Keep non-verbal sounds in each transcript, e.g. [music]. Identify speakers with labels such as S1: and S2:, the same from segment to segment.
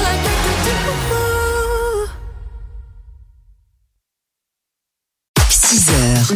S1: like you do.
S2: 6h,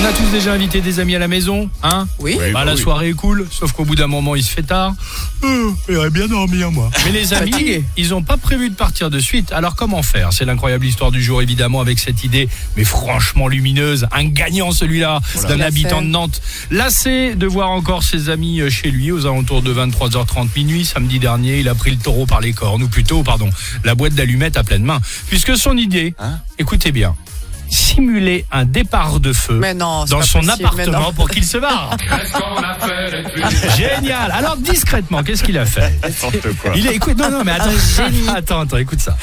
S3: On a tous déjà invité des amis à la maison, hein Oui. Bah, la soirée est cool, sauf qu'au bout d'un moment, il se fait tard. Euh, J'irais bien dormir, moi. Mais les amis, ils n'ont pas prévu de partir de suite. Alors comment faire C'est l'incroyable histoire du jour, évidemment, avec cette idée, mais franchement lumineuse, un gagnant celui-là, d'un habitant de Nantes, lassé de voir encore ses amis euh, chez lui aux alentours de 23h30 minuit samedi dernier. Il a pris le taureau par les cornes, ou plutôt, pardon, la boîte d'allumettes à pleine main, puisque son idée, écoutez bien, simuler un départ de feu
S4: Mais non, c'est
S3: dans
S4: pas
S3: son
S4: possible, mais
S3: appartement
S4: non.
S3: pour qu'il
S4: [laughs]
S3: se barre. Génial. Alors discrètement, qu'est-ce qu'il a fait Il est écoute non non mais attends
S4: Ah,
S3: attends attends écoute ça.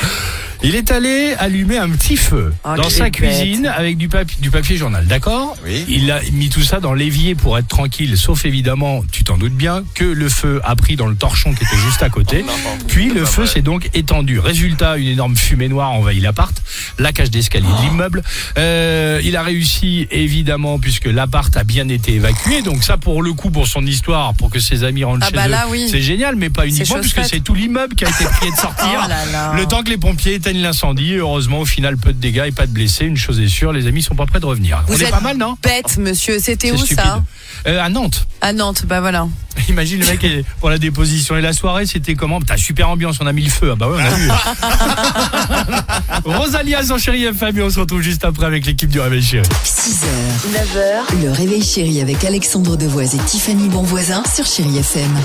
S3: Il est allé allumer un petit feu
S4: Oh,
S3: dans
S4: qu'il
S3: sa
S4: est bête.
S3: cuisine avec du papier, du papier journal, d'accord Il a mis tout ça dans l'évier pour être tranquille, sauf évidemment, tu t'en doutes bien, que le feu a pris dans le torchon qui était juste à côté. Puis le feu s'est donc étendu. Résultat, une énorme fumée noire envahit l'appart, la cage d'escalier de l'immeuble. Euh, il a réussi, évidemment, puisque l'appart a bien été évacué. Donc ça, pour le coup, pour son histoire, pour que ses amis rentrent
S4: Ah
S3: chez
S4: bah
S3: eux,
S4: là, oui.
S3: c'est génial, mais pas uniquement,
S4: chose
S3: puisque
S4: faite.
S3: c'est tout l'immeuble qui a été prié de
S4: [laughs]
S3: sortir.
S4: Oh là là.
S3: Le temps que les pompiers éteignent l'incendie, heureusement, au final, peu de dégâts et pas de blessés. Une chose est sûre, les amis sont pas prêts de revenir.
S4: Vous
S3: On est
S4: êtes
S3: pas mal, non
S4: Bête, monsieur. C'était
S3: C'est
S4: où
S3: stupide.
S4: ça
S3: Euh, à Nantes. [laughs]
S4: À Nantes, bah voilà.
S3: Imagine le mec il est pour la déposition et la soirée, c'était comment Putain, super ambiance, on a mis le feu. Ah bah ouais, on a vu.
S4: [laughs]
S3: Rosalia sans chéri FM, et on se retrouve juste après avec l'équipe du Réveil Chéri.
S2: 6h, 9h, le réveil chéri avec Alexandre Devoise et Tiffany Bonvoisin sur Chérie FM.